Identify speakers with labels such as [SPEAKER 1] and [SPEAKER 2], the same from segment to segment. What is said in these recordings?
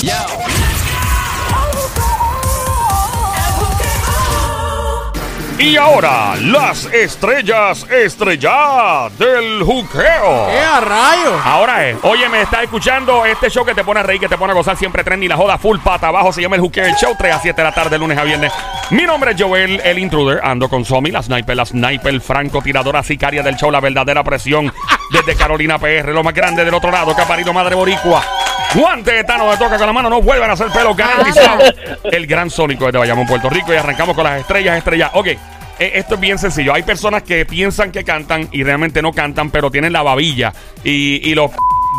[SPEAKER 1] Yo.
[SPEAKER 2] Y ahora, las estrellas estrellas del juqueo.
[SPEAKER 3] ¡Eh, a rayos!
[SPEAKER 2] Ahora es, oye, me está escuchando este show que te pone a reír, que te pone a gozar siempre tren ni la joda full pata abajo. Se llama el Juqueo el Show, 3 a 7 de la tarde, lunes a viernes. Mi nombre es Joel, el intruder. Ando con Somi, la sniper, la sniper, francotiradora, sicaria del show, la verdadera presión. Desde Carolina PR, lo más grande del otro lado, que ha parido madre boricua. Guante de Tano de toca con la mano, no vuelvan a hacer pelo garantizado. El gran sónico desde Bayamón, Puerto Rico. Y arrancamos con las estrellas estrellas. Ok. Eh, Esto es bien sencillo. Hay personas que piensan que cantan y realmente no cantan, pero tienen la babilla y, y los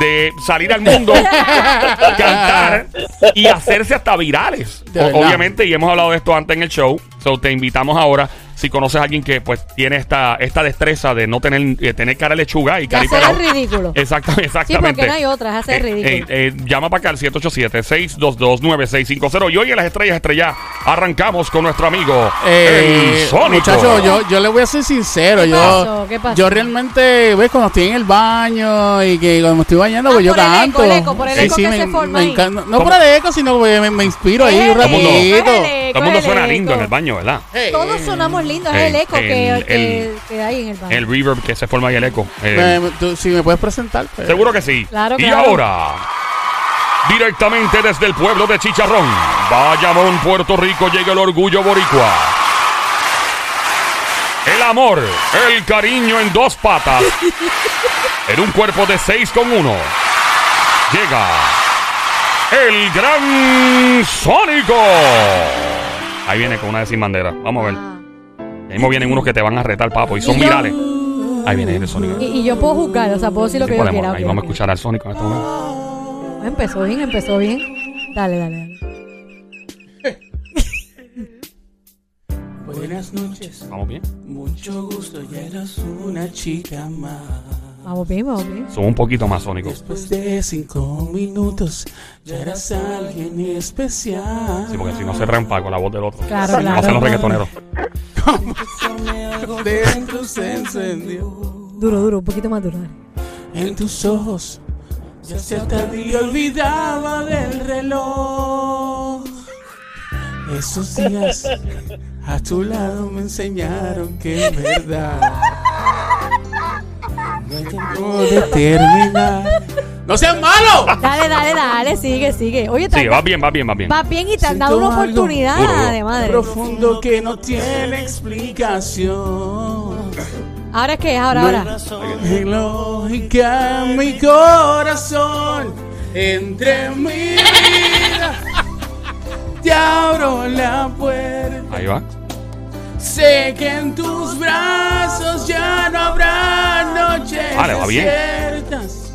[SPEAKER 2] de salir al mundo, cantar y hacerse hasta virales.
[SPEAKER 3] De
[SPEAKER 2] O-
[SPEAKER 3] verdad.
[SPEAKER 2] obviamente, y hemos hablado de esto antes en el show, so, te invitamos ahora. Si conoces a alguien que pues tiene esta, esta destreza de no tener, eh, tener cara de lechuga y
[SPEAKER 4] De
[SPEAKER 2] cara y
[SPEAKER 4] hacer
[SPEAKER 2] pelao.
[SPEAKER 4] el ridículo.
[SPEAKER 2] Exactamente, exactamente.
[SPEAKER 4] no hay otra, es hacer
[SPEAKER 2] Eh,
[SPEAKER 4] ridículo.
[SPEAKER 2] eh, eh, llama para acá al 787-622-9650. Y hoy en las estrellas estrellas arrancamos con nuestro amigo
[SPEAKER 3] Eh,
[SPEAKER 2] el Sónico.
[SPEAKER 3] muchachos, yo, yo le voy a ser sincero.
[SPEAKER 4] ¿Qué
[SPEAKER 3] yo,
[SPEAKER 4] pasó? ¿Qué pasó?
[SPEAKER 3] yo realmente, ves, cuando estoy en el baño y que cuando me estoy bañando,
[SPEAKER 4] Ah,
[SPEAKER 3] pues yo
[SPEAKER 4] por el eco,
[SPEAKER 3] canto.
[SPEAKER 4] el eco, por el
[SPEAKER 3] Sí,
[SPEAKER 4] eco
[SPEAKER 3] sí,
[SPEAKER 4] que
[SPEAKER 3] me,
[SPEAKER 4] se
[SPEAKER 3] me
[SPEAKER 4] forma ahí.
[SPEAKER 3] encanta. No
[SPEAKER 2] ¿Cómo?
[SPEAKER 3] por el eco, sino que me, me inspiro ahí un
[SPEAKER 4] Es el eco, es
[SPEAKER 3] ratito.
[SPEAKER 4] el eco,
[SPEAKER 2] Todo el mundo
[SPEAKER 4] Eh, es el
[SPEAKER 2] suena
[SPEAKER 4] eco.
[SPEAKER 2] lindo en el baño, ¿verdad?
[SPEAKER 3] Hey.
[SPEAKER 4] Todos sonamos lindos, es
[SPEAKER 2] Ey,
[SPEAKER 4] el eco que,
[SPEAKER 2] el-
[SPEAKER 4] que-
[SPEAKER 2] el-
[SPEAKER 4] que hay en el baño.
[SPEAKER 2] El reverb que se forma y el eco. Eh,
[SPEAKER 3] Me- me- tú- si me puedes presentar. pues.
[SPEAKER 2] Seguro que sí.
[SPEAKER 4] Claro,
[SPEAKER 2] y
[SPEAKER 4] claro.
[SPEAKER 2] ahora, directamente desde el pueblo de Chicharrón, Bayamón, Puerto Rico, llega el orgullo boricua. El amor, el cariño en dos patas, en un cuerpo de seis con uno. Llega el gran Sónico. Ahí viene con una de sin bandera. Vamos a ver.
[SPEAKER 4] Ah.
[SPEAKER 2] Ahí mismo vienen unos que te van a retar, papo, y son
[SPEAKER 4] Y yo-
[SPEAKER 2] virales. Ahí viene el Sónico.
[SPEAKER 4] Y, y yo puedo juzgar, o sea, puedo decir lo
[SPEAKER 2] Sí
[SPEAKER 4] que yo
[SPEAKER 2] podemos.
[SPEAKER 4] quiera.
[SPEAKER 2] Ahí
[SPEAKER 4] ok,
[SPEAKER 2] vamos a
[SPEAKER 4] ok.
[SPEAKER 2] escuchar al Sónico en este momento.
[SPEAKER 4] Empezó bien, empezó bien. Dale, dale, dale.
[SPEAKER 5] Buenas noches,
[SPEAKER 2] Vamos bien.
[SPEAKER 5] mucho gusto, ya eres una chica más.
[SPEAKER 4] Vamos bien, vamos bien.
[SPEAKER 2] Somos un poquito más sónicos.
[SPEAKER 5] Después de cinco minutos, ya eras alguien especial.
[SPEAKER 2] Sí, porque si no se rampa con la voz del otro.
[SPEAKER 4] Claro,
[SPEAKER 2] Si No
[SPEAKER 4] claro.
[SPEAKER 2] hacen los reggaetoneros.
[SPEAKER 5] Algo dentro se encendió.
[SPEAKER 4] Duro, duro, un poquito más duro. dale.
[SPEAKER 5] En tus ojos, ya se atadía y olvidaba del reloj. Esos días a tu lado me enseñaron que en verdad no hay tiempo de terminar.
[SPEAKER 3] ¡No seas malo!
[SPEAKER 4] Dale, dale, dale, sigue, sigue. Oye, te
[SPEAKER 2] Sí,
[SPEAKER 4] han-
[SPEAKER 2] va bien, va bien, va bien.
[SPEAKER 4] vas bien y te han
[SPEAKER 5] Siento
[SPEAKER 4] dado una
[SPEAKER 5] algo
[SPEAKER 4] oportunidad
[SPEAKER 2] duro, duro.
[SPEAKER 4] de madre.
[SPEAKER 5] profundo que no tiene explicación.
[SPEAKER 4] Ahora es que es, ahora, ahora.
[SPEAKER 5] Es lógica en mi corazón, entre mí. Te abro la puerta.
[SPEAKER 2] Ahí va.
[SPEAKER 5] Sé que en tus brazos ya no habrá noches
[SPEAKER 2] Vale, va bien.
[SPEAKER 5] desiertas.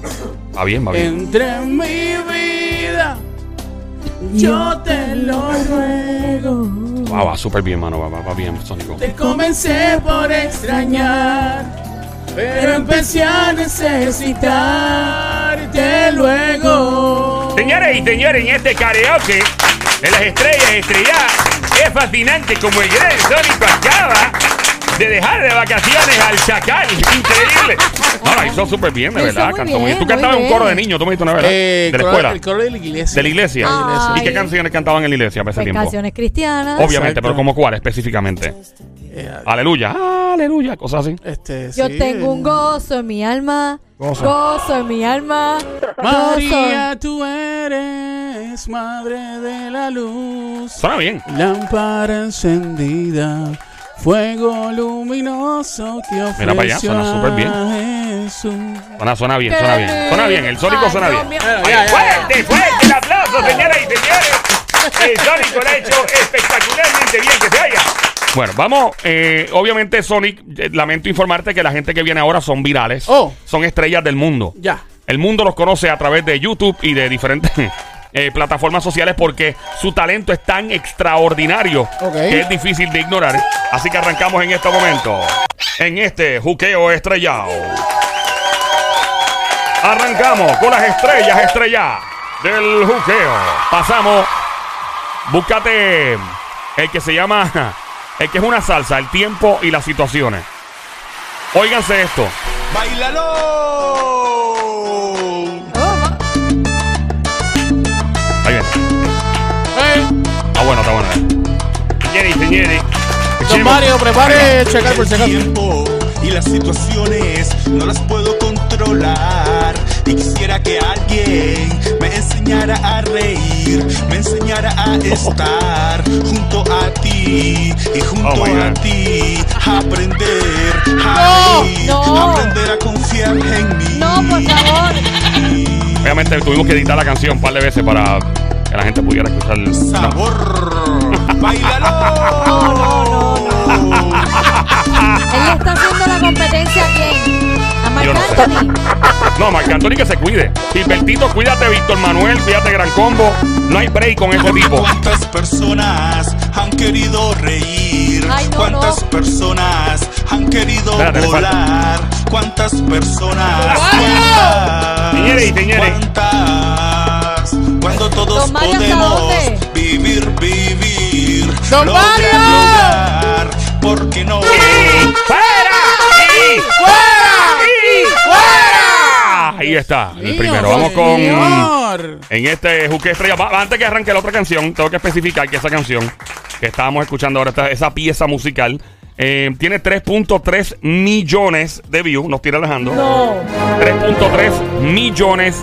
[SPEAKER 2] Va bien, va bien.
[SPEAKER 5] Entre en mi vida, yo te lo ruego.
[SPEAKER 4] Eh.
[SPEAKER 2] Va, va súper bien, mano. Va, va, va bien, Sónico.
[SPEAKER 5] Te comencé por extrañar, pero empecé a necesitarte luego.
[SPEAKER 2] Señoras y señores, en este karaoke de las estrellas estrelladas, es fascinante como el gran Sónico acaba de dejar de vacaciones al chacal. Increíble. No, la hizo súper bien, de
[SPEAKER 4] Lo hizo
[SPEAKER 2] verdad.
[SPEAKER 4] muy
[SPEAKER 2] Cantó muy bien.
[SPEAKER 4] bien,
[SPEAKER 2] Tú
[SPEAKER 4] muy
[SPEAKER 2] cantabas en un
[SPEAKER 4] bien.
[SPEAKER 2] coro de niño, tú me dijiste una verdad.
[SPEAKER 3] Eh,
[SPEAKER 2] de la
[SPEAKER 3] coro-
[SPEAKER 2] escuela.
[SPEAKER 3] El coro de la iglesia.
[SPEAKER 2] De la iglesia.
[SPEAKER 4] Ay.
[SPEAKER 2] ¿Y qué canciones cantaban en la iglesia para ese
[SPEAKER 4] Ah, Pues
[SPEAKER 2] tiempo?
[SPEAKER 4] canciones cristianas.
[SPEAKER 2] Obviamente,
[SPEAKER 3] Exacto.
[SPEAKER 2] pero ¿cómo cuál específicamente?
[SPEAKER 3] Eh,
[SPEAKER 2] Aleluya, aleluya, cosas así.
[SPEAKER 3] este,
[SPEAKER 4] Yo
[SPEAKER 3] sí.
[SPEAKER 4] tengo un gozo en mi alma.
[SPEAKER 2] Gozo.
[SPEAKER 4] Gozo, en mi alma. Gozo.
[SPEAKER 3] María, tú eres madre de la luz.
[SPEAKER 2] Suena bien.
[SPEAKER 3] Lámpara encendida, fuego luminoso que ofreció
[SPEAKER 2] Mira para allá, suena
[SPEAKER 3] a
[SPEAKER 2] súper bien.
[SPEAKER 3] Jesús.
[SPEAKER 2] Suena, suena bien, suena bien. Suena bien, el sónico
[SPEAKER 4] Ay,
[SPEAKER 2] suena
[SPEAKER 4] Dios
[SPEAKER 2] bien.
[SPEAKER 4] mío.
[SPEAKER 3] Ay,
[SPEAKER 2] Ay, Fuerte, fuerte el aplauso, señoras y señores. El Sonic lo ha hecho espectacularmente bien, que se vaya. Bueno, vamos. eh, obviamente, Sonic, eh, lamento informarte que la gente que viene ahora son virales.
[SPEAKER 3] Oh.
[SPEAKER 2] Son estrellas del mundo.
[SPEAKER 3] Ya.
[SPEAKER 2] El mundo los conoce a través de YouTube y de diferentes eh, plataformas sociales porque su talento es tan extraordinario
[SPEAKER 3] Ok.
[SPEAKER 2] que es difícil de ignorar. Así que arrancamos en este momento, en este juqueo estrellado. Arrancamos con las estrellas estrelladas del juqueo. Pasamos, búscate el que se llama, el que es una salsa, el tiempo y las situaciones. Óiganse esto.
[SPEAKER 1] ¡Bailalo!
[SPEAKER 4] Oh,
[SPEAKER 2] Ahí viene.
[SPEAKER 5] Eh,
[SPEAKER 2] Ah, bueno. eh. Señores y señores.
[SPEAKER 5] Don Mario, prepare checar por si acaso.
[SPEAKER 1] tiempo y las situaciones no las puedo controlar. Y quisiera que alguien me enseñara a reír, me enseñara a estar junto a ti y junto
[SPEAKER 2] Oh, my
[SPEAKER 1] a
[SPEAKER 2] God.
[SPEAKER 1] ti. Aprender a reír,
[SPEAKER 4] no.
[SPEAKER 1] aprender a confiar en mí.
[SPEAKER 4] No, por favor.
[SPEAKER 2] Obviamente tuvimos que editar la canción un par de veces para que la gente pudiera escuchar. el-
[SPEAKER 1] Sabor, bailalo.
[SPEAKER 4] Él le está haciendo la competencia a quién? A Marc
[SPEAKER 2] Ah. Yo no sé.
[SPEAKER 4] Anthony.
[SPEAKER 2] No, Marc Anthony que se cuide. Silvertito, cuídate, Víctor Manuel, cuídate, Gran Combo. No hay break con este tipo.
[SPEAKER 1] ¿Cuántas personas han querido reír?
[SPEAKER 4] Ay, no,
[SPEAKER 1] ¿Cuántas
[SPEAKER 4] no.
[SPEAKER 1] personas han querido
[SPEAKER 2] Espérate, le falta.
[SPEAKER 1] volar? ¿Cuántas personas?
[SPEAKER 2] Señores y
[SPEAKER 1] ¿Cuántas?
[SPEAKER 2] señores.
[SPEAKER 1] ¿Cuántas? Cuando todos
[SPEAKER 4] Don Mario, ¿hasta
[SPEAKER 1] podemos
[SPEAKER 4] dónde?
[SPEAKER 1] vivir, vivir.
[SPEAKER 5] Don
[SPEAKER 1] lograr,
[SPEAKER 5] Mario.
[SPEAKER 1] lograr, ¿Por qué no?
[SPEAKER 2] ¡Fuera! ¡Y fuera! ¡Y fuera! Ahí está, el
[SPEAKER 5] Mío,
[SPEAKER 2] primero. Vamos con.
[SPEAKER 5] señor.
[SPEAKER 2] En este Juque Estrella. Va- Antes que arranque la otra canción, tengo que especificar que esa canción que estábamos escuchando ahora, esta- esa pieza musical, eh, tiene 3.3 millones de views. Nos tira Alejandro.
[SPEAKER 4] No.
[SPEAKER 2] 3.3 millones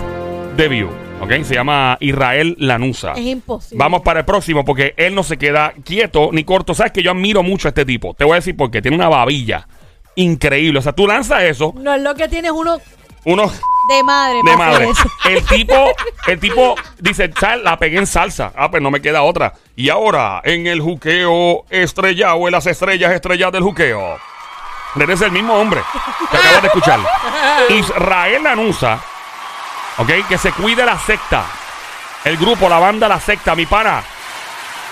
[SPEAKER 2] de views. ¿Ok? Se llama Israel Lanusa.
[SPEAKER 4] Es imposible.
[SPEAKER 2] Vamos para el próximo porque él no se queda quieto ni corto. Sabes que yo admiro mucho a este tipo. Te voy a decir por qué. Tiene una babilla increíble. O sea, tú lanzas eso,
[SPEAKER 4] No es lo que tienes uno
[SPEAKER 2] unos
[SPEAKER 4] de madre.
[SPEAKER 2] de
[SPEAKER 4] para hacer
[SPEAKER 2] madre.
[SPEAKER 4] eso.
[SPEAKER 2] El tipo, el tipo dice, "Sal, la pegué en salsa. Ah, pues no me queda otra. Y ahora, en el juqueo estrellado, en las estrellas estrelladas del juqueo. Eres el mismo hombre que acabas de escuchar. Israel Lanusa, ok, que se cuide la secta. El grupo, la banda, la secta, mi pana.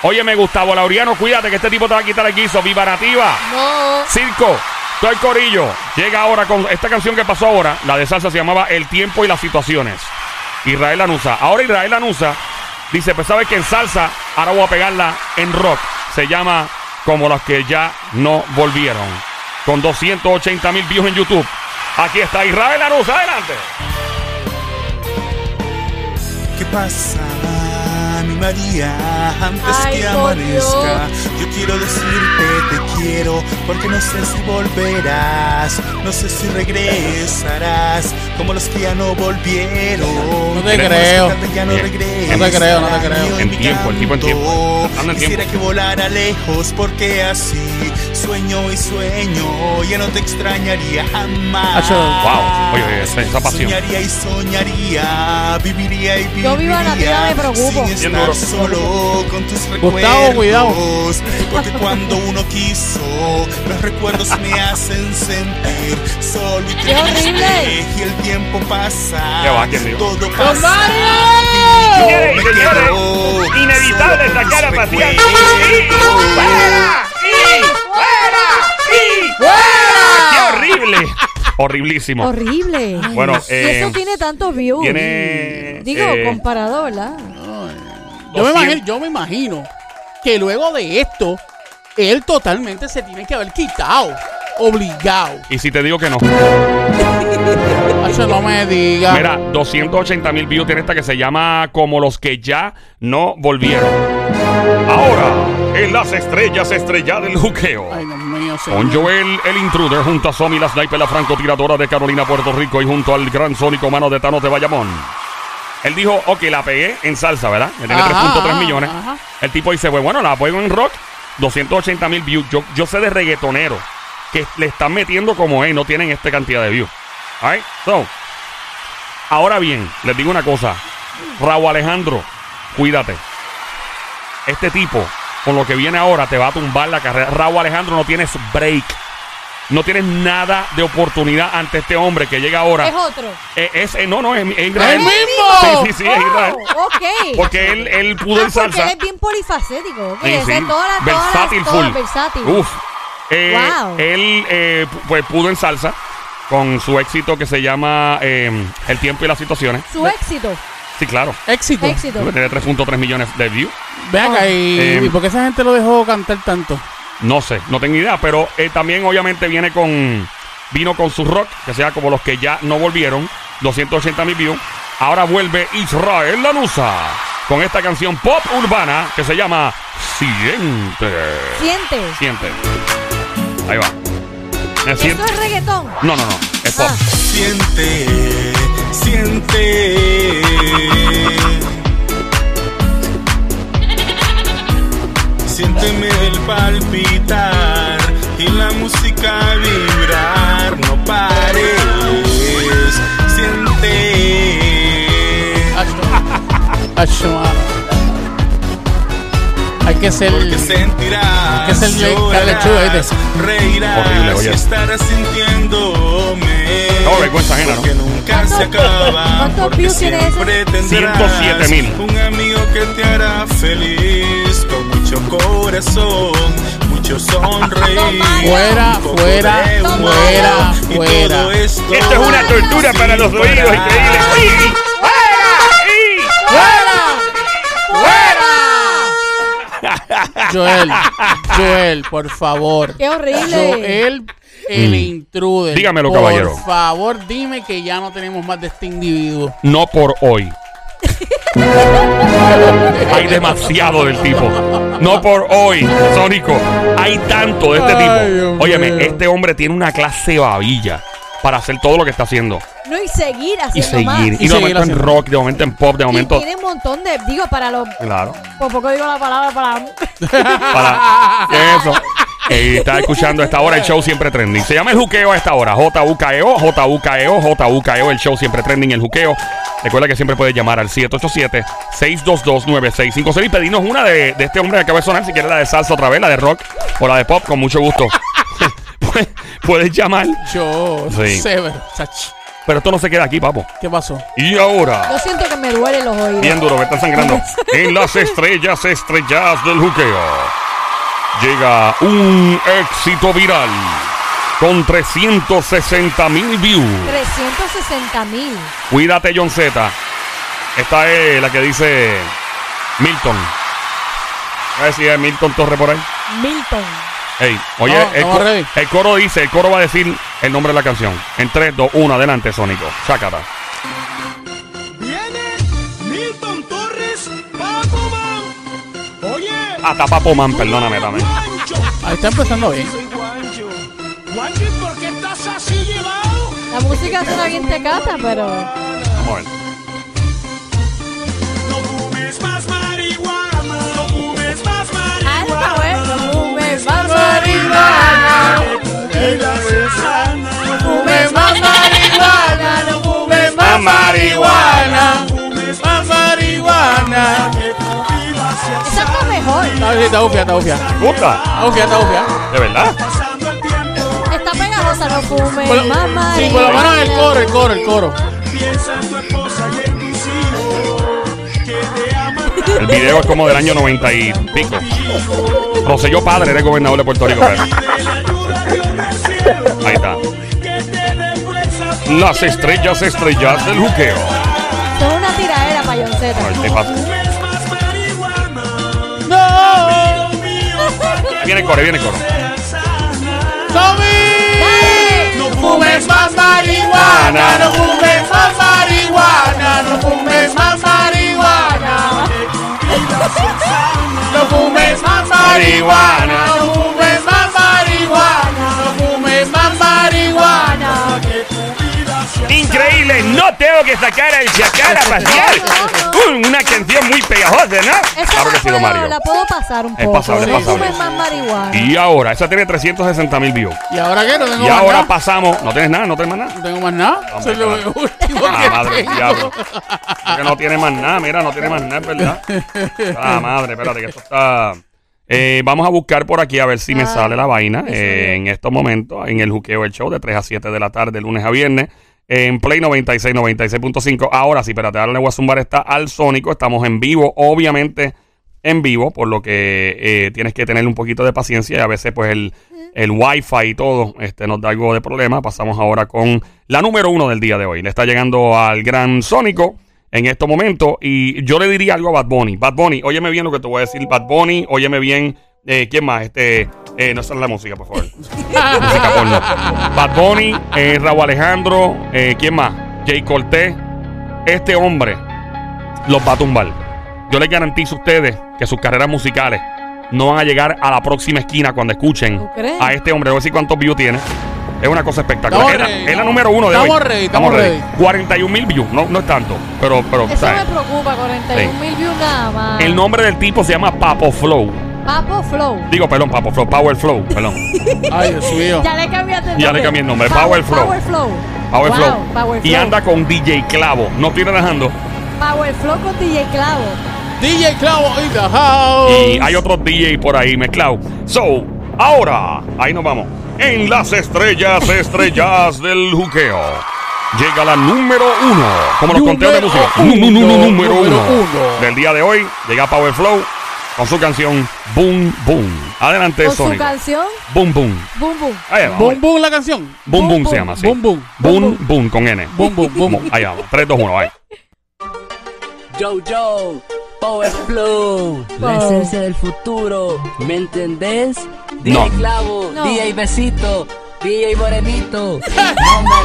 [SPEAKER 2] Óyeme, Gustavo Lauriano, cuídate que este tipo te va a quitar el guiso. Viva Nativa.
[SPEAKER 4] No.
[SPEAKER 2] Circo, Toy Corillo. Llega ahora con esta canción que pasó ahora. La de salsa se llamaba El tiempo y las situaciones. Israel Anusa. Ahora Israel Anusa dice: Pues sabes que en salsa, ahora voy a pegarla en rock. Se llama Como las que ya no volvieron. Con 280 mil views en YouTube. Aquí está Israel Anusa. Adelante.
[SPEAKER 1] ¿Qué pasa, mi María? Antes
[SPEAKER 4] Ay,
[SPEAKER 1] que
[SPEAKER 4] por
[SPEAKER 1] amanezca, yo quiero decirte te quiero, porque no sé si volverás, no sé si regresarás, como los que ya no volvieron.
[SPEAKER 5] No te creo.
[SPEAKER 1] Como los que ya no
[SPEAKER 2] Bien.
[SPEAKER 1] regresarán,
[SPEAKER 5] No te creo, no te creo.
[SPEAKER 1] yo
[SPEAKER 2] En
[SPEAKER 1] mi
[SPEAKER 2] tiempo, el tipo en
[SPEAKER 1] canto.
[SPEAKER 2] tiempo. Anda en
[SPEAKER 1] Quisiera que volara lejos, porque así sueño y sueño, ya no te extrañaría jamás.
[SPEAKER 5] Hacho.
[SPEAKER 2] Wow. Oye, oye, esa, esa pasión.
[SPEAKER 1] Soñaría y soñaría, viviría y viviría.
[SPEAKER 4] Yo vivo en la vida, me preocupo.
[SPEAKER 1] Sin
[SPEAKER 2] Bien
[SPEAKER 1] estar
[SPEAKER 2] duro.
[SPEAKER 1] solo con tus recuerdos.
[SPEAKER 5] Gustavo, cuidado.
[SPEAKER 1] Porque cuando uno quiso, los recuerdos me hacen sentir solo y
[SPEAKER 4] ¡Qué horrible!
[SPEAKER 1] triste. Y el tiempo pasa.
[SPEAKER 2] Qué va, qué río.
[SPEAKER 1] todo pasa.
[SPEAKER 2] Señores y
[SPEAKER 1] Me quedo
[SPEAKER 2] señores, inevitable
[SPEAKER 1] solo
[SPEAKER 2] sacar a
[SPEAKER 1] con tus
[SPEAKER 2] pasear.
[SPEAKER 1] recuerdos.
[SPEAKER 2] ¡Fuera! ¡Y fuera! ¡Y fuera! ¡Qué horrible! Horriblísimo.
[SPEAKER 4] Horrible. Ay,
[SPEAKER 2] Bueno,
[SPEAKER 4] Dios.
[SPEAKER 2] eh,
[SPEAKER 4] y eso tiene tantos views.
[SPEAKER 2] tiene,
[SPEAKER 4] Digo,
[SPEAKER 2] eh,
[SPEAKER 4] comparado, ¿verdad?
[SPEAKER 5] Yo me,
[SPEAKER 2] 200.
[SPEAKER 5] imagino, yo me imagino que luego de esto, él totalmente se tiene que haber quitado. Obligado.
[SPEAKER 2] Y si te digo que no.
[SPEAKER 5] Hacho, no me digas.
[SPEAKER 2] Mira, 280 mil views tiene esta que se llama Como los que ya no volvieron. Ahora, en las estrellas estrelladas del juqueo.
[SPEAKER 5] Ay, Dios mío, señor.
[SPEAKER 2] Con Joel, el intruder, junto a Somi, la sniper, la francotiradora de Carolina, Puerto Rico, y junto al gran sónico mano de Thanos de Bayamón. Él dijo, ok, la pegué en salsa, ¿verdad? Que tiene
[SPEAKER 5] Ajá,
[SPEAKER 2] 3.3
[SPEAKER 5] ajá,
[SPEAKER 2] millones.
[SPEAKER 5] ajá.
[SPEAKER 2] El tipo dice, "Pues bueno, la pego en rock, 280 mil views. Yo, yo sé de reggaetoneros que le están metiendo como él, no tienen esta cantidad de views. Alright, so. Ahora bien, les digo una cosa. Raúl Alejandro, cuídate. Este tipo, con lo que viene ahora, te va a tumbar la carrera. Raúl Alejandro no tienes break. No tienes nada de oportunidad ante este hombre que llega ahora.
[SPEAKER 4] Es otro.
[SPEAKER 2] Eh, es, eh, no, no, es, es
[SPEAKER 5] ¡El
[SPEAKER 2] Israel.
[SPEAKER 5] mismo!
[SPEAKER 2] Sí, sí, sí, es Israel.
[SPEAKER 4] Oh, ok.
[SPEAKER 2] Porque él, él pudo
[SPEAKER 4] Ah,
[SPEAKER 2] en salsa.
[SPEAKER 4] Porque él es bien polifacético.
[SPEAKER 2] Sí,
[SPEAKER 4] Que
[SPEAKER 2] sí.
[SPEAKER 4] es toda la,
[SPEAKER 2] versátil
[SPEAKER 4] toda,
[SPEAKER 2] full.
[SPEAKER 4] versátil.
[SPEAKER 2] Uf. Eh,
[SPEAKER 4] Wow.
[SPEAKER 2] Él eh, pu- pues pudo en salsa con su éxito que se llama eh, El tiempo y las situaciones.
[SPEAKER 4] Su éxito.
[SPEAKER 2] Sí, claro.
[SPEAKER 5] Éxito.
[SPEAKER 4] Éxito.
[SPEAKER 2] Tiene 3.3 millones de views.
[SPEAKER 5] Ve acá, y,
[SPEAKER 2] Eh,
[SPEAKER 5] ¿y por qué esa gente lo dejó cantar tanto?
[SPEAKER 2] No sé, no tengo idea, pero eh, también obviamente viene con vino con su rock, que sea como los que ya no volvieron, 280 mil views. Ahora vuelve Israel Lanusa con esta canción pop urbana que se llama Siente.
[SPEAKER 4] Siente.
[SPEAKER 2] Siente. Ahí va. Eh,
[SPEAKER 4] Esto
[SPEAKER 2] siente.
[SPEAKER 4] es reggaetón.
[SPEAKER 2] No, no, no. Es pop.
[SPEAKER 4] Ah.
[SPEAKER 1] Siente, siente. Siénteme el palpitar y la música vibrar, no pares. Siente,
[SPEAKER 5] Acho, mano. Hay que ser.
[SPEAKER 1] porque sentirás,
[SPEAKER 5] Que es el de Carla Chua, ¿viste?
[SPEAKER 1] llorarás, reirás
[SPEAKER 2] Horrible, oye.
[SPEAKER 1] y estarás sintiéndome.
[SPEAKER 2] No, vergüenza ajena, ¿no?
[SPEAKER 1] Porque nunca se
[SPEAKER 4] ¿Cuánto-
[SPEAKER 1] acaba.
[SPEAKER 4] cuántos
[SPEAKER 1] Porque
[SPEAKER 4] views tiene ese?
[SPEAKER 1] siempre tendrás
[SPEAKER 2] 107.000.
[SPEAKER 1] un amigo que te hará feliz. Con mucho corazón, mucho sonreír.
[SPEAKER 5] Fuera,
[SPEAKER 1] un poco
[SPEAKER 5] fuera,
[SPEAKER 1] de humor,
[SPEAKER 5] fuera,
[SPEAKER 1] y
[SPEAKER 5] fuera.
[SPEAKER 1] todo esto
[SPEAKER 2] Esto es una tortura
[SPEAKER 1] sin
[SPEAKER 2] para los oídos,
[SPEAKER 1] parar.
[SPEAKER 2] increíble. ¡Sí! ¡Fuera!
[SPEAKER 5] Joel, Joel, por favor.
[SPEAKER 4] ¡Qué horrible!
[SPEAKER 5] Joel, el
[SPEAKER 2] Mm.
[SPEAKER 5] intruder.
[SPEAKER 2] Dígamelo,
[SPEAKER 5] por
[SPEAKER 2] caballero.
[SPEAKER 5] Por favor, dime que ya no tenemos más de este individuo.
[SPEAKER 2] ¡Y! No por hoy. Hay demasiado del tipo. No por hoy, Sónico. Hay tanto de este
[SPEAKER 5] Ay, Dios
[SPEAKER 2] tipo. Óyeme,
[SPEAKER 5] mío.
[SPEAKER 2] este hombre tiene una clase babilla para hacer todo lo que está haciendo.
[SPEAKER 4] No, y seguir
[SPEAKER 2] Y
[SPEAKER 4] haciendo más.
[SPEAKER 2] seguir. Y de
[SPEAKER 5] Y seguir
[SPEAKER 2] momento en
[SPEAKER 5] haciendo.
[SPEAKER 2] rock, de momento en pop, de
[SPEAKER 4] Y
[SPEAKER 2] momento.
[SPEAKER 4] tiene un montón de... Digo, para los...
[SPEAKER 2] Claro.
[SPEAKER 4] Por poco digo la palabra para...
[SPEAKER 2] para ¿Qué es eso. Y está escuchando a esta hora el show siempre trending. Se llama el juqueo a esta hora. J-U-K-E-O, J-U-K-E-O, J-U-K-E-O, E el show siempre trending, el juqueo. Recuerda que siempre puedes llamar al 787-622-9656 y pedirnos una de, de este hombre que acaba de sonar, si quieres la de salsa otra vez, la de rock o la de pop, con mucho gusto. Pues, puedes llamar.
[SPEAKER 5] Yo,
[SPEAKER 2] Sí.
[SPEAKER 5] Sever, Sach,
[SPEAKER 2] Pero esto no se queda aquí, papo.
[SPEAKER 5] ¿qué pasó?
[SPEAKER 2] Y ahora.
[SPEAKER 4] Yo siento que me duelen los oídos.
[SPEAKER 2] Bien duro, me están sangrando. En las estrellas estrelladas del juqueo llega un éxito viral con 360 mil views.
[SPEAKER 4] 360 mil.
[SPEAKER 2] Cuídate, John Z. Esta es la que dice Milton. A ver si es Milton Torre por ahí.
[SPEAKER 4] Milton.
[SPEAKER 2] Ey, oye,
[SPEAKER 5] Vamos,
[SPEAKER 2] el,
[SPEAKER 5] vamos
[SPEAKER 2] coro,
[SPEAKER 5] ready.
[SPEAKER 2] el coro dice, el coro va a decir el nombre de la canción. En 3, 2, 1, adelante, Sónico. Sácala.
[SPEAKER 1] Viene Milton Torres, Paco Man. Oye.
[SPEAKER 2] Hasta Papo Man, perdóname también.
[SPEAKER 5] Ahí Ah, está empezando bien.
[SPEAKER 1] Guancho. Guancho, ¿y ¿por qué estás así llevado?
[SPEAKER 4] La música suena bien tecata, pero...
[SPEAKER 2] Vamos a ver.
[SPEAKER 1] No fumes más marihuana, no fumes más
[SPEAKER 4] Alta, ¿eh? güey. No fumes más
[SPEAKER 5] marihuana.
[SPEAKER 1] Vida es sana,
[SPEAKER 5] Fume más marihuana, no fume más marihuana. Fume más marihuana.
[SPEAKER 1] que tu vida sea
[SPEAKER 4] Esa fue mejor.
[SPEAKER 5] Está bien, está ufia, está ufia.
[SPEAKER 2] Gusta,
[SPEAKER 5] Está ufia, está ufia.
[SPEAKER 2] de verdad.
[SPEAKER 1] pasando el tiempo,
[SPEAKER 4] Está pegajosa, no fumes
[SPEAKER 5] Por lo-
[SPEAKER 4] más
[SPEAKER 5] sí,
[SPEAKER 4] marihuana.
[SPEAKER 5] por lo menos el coro, el coro, el coro.
[SPEAKER 1] piensa en tu esposa y en tus hijos, que te aman
[SPEAKER 2] El video es como del año 90 y pico. Roselló Padre era el gobernador de Puerto Rico. pero-
[SPEAKER 1] de la ayuda de Dios del cielo,
[SPEAKER 2] Ahí está.
[SPEAKER 1] que te den fuerzas
[SPEAKER 2] Las estrellas estrelladas del juqueo.
[SPEAKER 4] Esto es una tiraera para John Z.
[SPEAKER 2] Ay, te paso.
[SPEAKER 1] fumes más marihuana,
[SPEAKER 5] No,
[SPEAKER 2] Ahí Viene el coro, ahí viene el coro.
[SPEAKER 5] Tommy.
[SPEAKER 4] Dale.
[SPEAKER 5] No fumes más marihuana, no fumes más marihuana, no fumes más marihuana. No fumes más marihuana, no fumes más marihuana, no fumes más marihuana.
[SPEAKER 2] Increíble, no tengo que sacar el chacal a pasear. Uh, Una canción muy pegajosa, ¿no?
[SPEAKER 4] Esa
[SPEAKER 2] Claro que
[SPEAKER 4] la,
[SPEAKER 2] sí, don
[SPEAKER 4] puedo,
[SPEAKER 2] Mario.
[SPEAKER 4] la puedo pasar un
[SPEAKER 2] Es
[SPEAKER 4] poco.
[SPEAKER 2] pasable,
[SPEAKER 5] es
[SPEAKER 4] no
[SPEAKER 5] pasable.
[SPEAKER 4] fumes más marihuana.
[SPEAKER 2] Y ahora, esa tiene 360 mil views.
[SPEAKER 5] ¿Y ahora qué? No tengo
[SPEAKER 2] Y
[SPEAKER 5] más
[SPEAKER 2] ahora
[SPEAKER 5] nada.
[SPEAKER 2] pasamos. ¿No tienes nada? ¿No tienes más nada?
[SPEAKER 5] No tengo más nada. Eso es lo
[SPEAKER 2] Hombre,
[SPEAKER 5] último
[SPEAKER 2] Ah, madre,
[SPEAKER 5] que
[SPEAKER 2] del diablo.
[SPEAKER 5] tengo.
[SPEAKER 2] Que no tiene más nada, mira, no tiene más nada, es verdad. Ah, madre, espérate, que esto está. Eh, vamos a buscar por aquí a ver si me sale la vaina eh, en estos momentos, en el Juqueo del Show, de 3 a 7 de la tarde, lunes a viernes, en Play 96, 96.5. Ahora sí, espérate, ahora le voy a zumbar esta al Sónico. Estamos en vivo, obviamente en vivo, por lo que eh, tienes que tener un poquito de paciencia y a veces pues el, el wifi y todo este, nos da algo de problema. Pasamos ahora con la número uno del día de hoy. Le está llegando al gran Sónico en estos momentos y yo le diría algo a Bad Bunny. Bad Bunny, óyeme bien lo que te voy a decir. Bad Bunny, óyeme bien. Eh, ¿Quién más? Este, eh, no sale la música, por favor. música porno. Bad Bunny, eh, Raúl Alejandro, eh, ¿quién más? Jay Cortés. Este hombre los va a tumbar. Yo les garantizo a ustedes que sus carreras musicales no van a llegar a la próxima esquina cuando escuchen
[SPEAKER 4] ¿Tú crees?
[SPEAKER 2] a este hombre. Voy a decir cuántos views tiene. Es una cosa espectacular.
[SPEAKER 5] Estamos
[SPEAKER 2] es, la,
[SPEAKER 5] ready,
[SPEAKER 2] es la
[SPEAKER 5] estamos-
[SPEAKER 2] número uno de
[SPEAKER 5] estamos
[SPEAKER 2] hoy.
[SPEAKER 5] ready, estamos ready.
[SPEAKER 2] 41 mil views. No, no es tanto. Pero, pero
[SPEAKER 4] Eso
[SPEAKER 2] ¿sabes?
[SPEAKER 4] me preocupa, 41 mil views nada más.
[SPEAKER 2] el nombre del tipo se llama Papo Flow.
[SPEAKER 4] Papo Flow.
[SPEAKER 2] Digo, perdón, Papo Flow. Power Flow. Perdón.
[SPEAKER 5] Ay, Dios mío.
[SPEAKER 4] Ya le cambiaste el nombre.
[SPEAKER 2] Ya le cambié el nombre, Power Flow.
[SPEAKER 4] Power Flow.
[SPEAKER 2] Power
[SPEAKER 4] Wow,
[SPEAKER 2] Flow.
[SPEAKER 4] Power
[SPEAKER 2] Y
[SPEAKER 4] Flow.
[SPEAKER 2] anda con DJ Clavo. No estoy relajando.
[SPEAKER 4] Power Flow con DJ Clavo.
[SPEAKER 5] DJ Clavo in the house.
[SPEAKER 2] Y hay otros DJ por ahí mezclado. So, ahora, ahí nos vamos. En las estrellas, estrellas del juqueo. Llega la número uno. Como los conteos de música.
[SPEAKER 5] Número
[SPEAKER 2] Nu- nu- nu- nu-
[SPEAKER 5] uno,
[SPEAKER 2] número
[SPEAKER 5] número
[SPEAKER 2] uno.
[SPEAKER 5] uno.
[SPEAKER 2] Del día de hoy, llega Power Flow con su canción Boom Boom. Adelante,
[SPEAKER 4] Con su
[SPEAKER 2] Sonic.
[SPEAKER 4] canción,
[SPEAKER 2] Boom Boom.
[SPEAKER 4] Boom Boom.
[SPEAKER 2] Ahí vamos.
[SPEAKER 5] Boom Boom la canción.
[SPEAKER 2] Boom Boom
[SPEAKER 4] Boom
[SPEAKER 2] se
[SPEAKER 4] Boom.
[SPEAKER 2] llama así.
[SPEAKER 5] Boom Boom.
[SPEAKER 2] Boom Boom con N.
[SPEAKER 5] Boom Boom Boom Boom.
[SPEAKER 2] Ahí vamos. 3, 2, 1, ahí.
[SPEAKER 6] Yo, yo, Power Flow, la
[SPEAKER 4] Wow.
[SPEAKER 6] esencia del futuro, ¿me entendés? DJ
[SPEAKER 2] No.
[SPEAKER 6] Clavo,
[SPEAKER 4] No.
[SPEAKER 6] DJ Besito, DJ Morenito,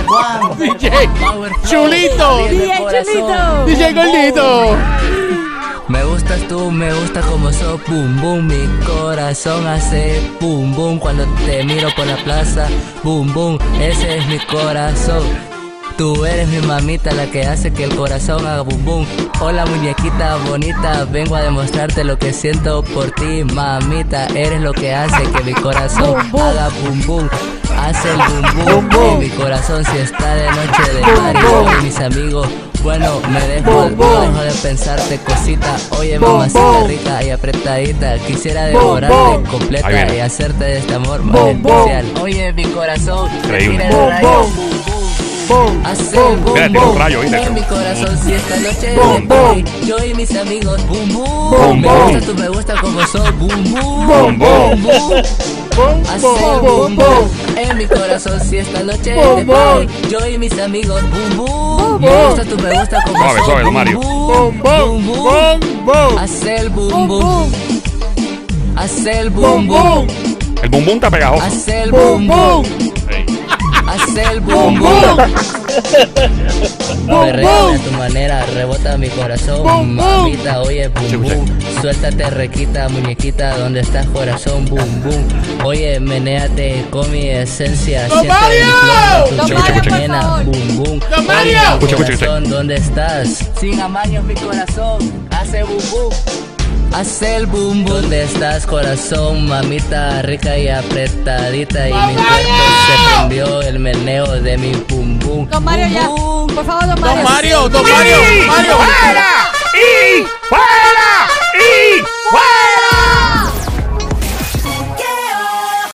[SPEAKER 6] Number One,
[SPEAKER 5] DJ
[SPEAKER 6] Power Flow,
[SPEAKER 5] Chulito.
[SPEAKER 6] líder del
[SPEAKER 4] DJ Chulito.
[SPEAKER 6] corazón.
[SPEAKER 5] DJ Gordito.
[SPEAKER 6] Me gustas tú, me gusta como sos, boom boom, mi corazón hace boom boom cuando te miro por la plaza, boom boom, ese es mi corazón. Tú eres mi mamita la que hace que el corazón haga boom boom. Hola muñequita bonita, vengo a demostrarte lo que siento por ti, mamita. Eres lo que hace que mi corazón
[SPEAKER 4] Boom, boom.
[SPEAKER 6] haga boom boom. Hace el boom boom, en mi corazón si está de noche de mar y soy mis amigos. Bueno, me dejo, no dejo de pensarte cosita. Oye, mamacita rica y apretadita, quisiera devorarte
[SPEAKER 2] Ahí
[SPEAKER 6] completa
[SPEAKER 2] viene.
[SPEAKER 6] y hacerte de este amor más especial. Oye, mi corazón,
[SPEAKER 2] Increíble.
[SPEAKER 6] respira el rayo, Hace el boom,
[SPEAKER 2] Mira, tiene un
[SPEAKER 6] boom,
[SPEAKER 2] rayo ahí dentro.
[SPEAKER 6] en mi corazón si esta noche es
[SPEAKER 2] Boom,
[SPEAKER 6] de ti, yo y mis amigos boom boom,
[SPEAKER 2] Boom,
[SPEAKER 6] me
[SPEAKER 2] boom.
[SPEAKER 6] gusta tú me gusta como soy boom boom
[SPEAKER 2] Boom, boom.
[SPEAKER 5] Boom
[SPEAKER 6] Hace
[SPEAKER 5] Boom
[SPEAKER 6] boom
[SPEAKER 5] Boom Boom.
[SPEAKER 6] boom en mi corazón si esta noche
[SPEAKER 5] Boom,
[SPEAKER 6] de
[SPEAKER 5] boom.
[SPEAKER 6] party, yo y mis amigos boom boom,
[SPEAKER 4] Boom,
[SPEAKER 6] me gusta tú me gusta como
[SPEAKER 2] Suave,
[SPEAKER 6] soy
[SPEAKER 2] suave, don
[SPEAKER 6] boom,
[SPEAKER 2] Mario.
[SPEAKER 6] boom
[SPEAKER 5] Boom Boom
[SPEAKER 6] boom, boom.
[SPEAKER 5] Boom Boom.
[SPEAKER 6] Hace el boom
[SPEAKER 4] Boom
[SPEAKER 6] boom,
[SPEAKER 4] Boom.
[SPEAKER 6] hace el
[SPEAKER 5] Boom
[SPEAKER 6] boom boom,
[SPEAKER 5] Boom.
[SPEAKER 2] El Boom Boom está pegajoso.
[SPEAKER 6] hace el
[SPEAKER 5] Boom
[SPEAKER 6] boom boom,
[SPEAKER 5] Boom.
[SPEAKER 2] Ey.
[SPEAKER 6] hace el
[SPEAKER 5] Boom
[SPEAKER 6] boom boom.
[SPEAKER 5] Boom. Boom,
[SPEAKER 6] Perrea de
[SPEAKER 5] boom.
[SPEAKER 6] tu manera, rebota mi corazón.
[SPEAKER 5] Boom, boom.
[SPEAKER 6] Mamita, oye,
[SPEAKER 2] Sí, pues,
[SPEAKER 6] boom,
[SPEAKER 2] sí.
[SPEAKER 6] boom. Suéltate, requita, muñequita, ¿dónde estás, corazón? Boom, boom. Oye, menéate con mi esencia.
[SPEAKER 5] ¡Don
[SPEAKER 6] Siente mi
[SPEAKER 5] Mario!
[SPEAKER 6] flow,
[SPEAKER 4] ¡Don
[SPEAKER 6] tu
[SPEAKER 2] Mario,
[SPEAKER 6] chica
[SPEAKER 2] por
[SPEAKER 6] llena.
[SPEAKER 4] favor!
[SPEAKER 6] Boom, boom.
[SPEAKER 5] ¡Don Mario!
[SPEAKER 6] Oye,
[SPEAKER 2] Escucha, escucha, escucha.
[SPEAKER 6] corazón, ¿dónde estás? Sin amaños, mi corazón. Hace boom, boom. Hace el boom boom. ¿Dónde estás, corazón? Mamita rica y apretadita. Y mi
[SPEAKER 5] ¡Don
[SPEAKER 6] cuerpo se
[SPEAKER 5] Mario!
[SPEAKER 6] prendió el meneo de mi boom boom.
[SPEAKER 4] Don Mario
[SPEAKER 6] Boom,
[SPEAKER 4] ya.
[SPEAKER 6] boom.
[SPEAKER 4] Por favor, Don Mario.
[SPEAKER 5] 네. Don Mario. Don Mario.
[SPEAKER 2] ¡Y
[SPEAKER 5] Mario.
[SPEAKER 2] fuera! ¡Y fuera!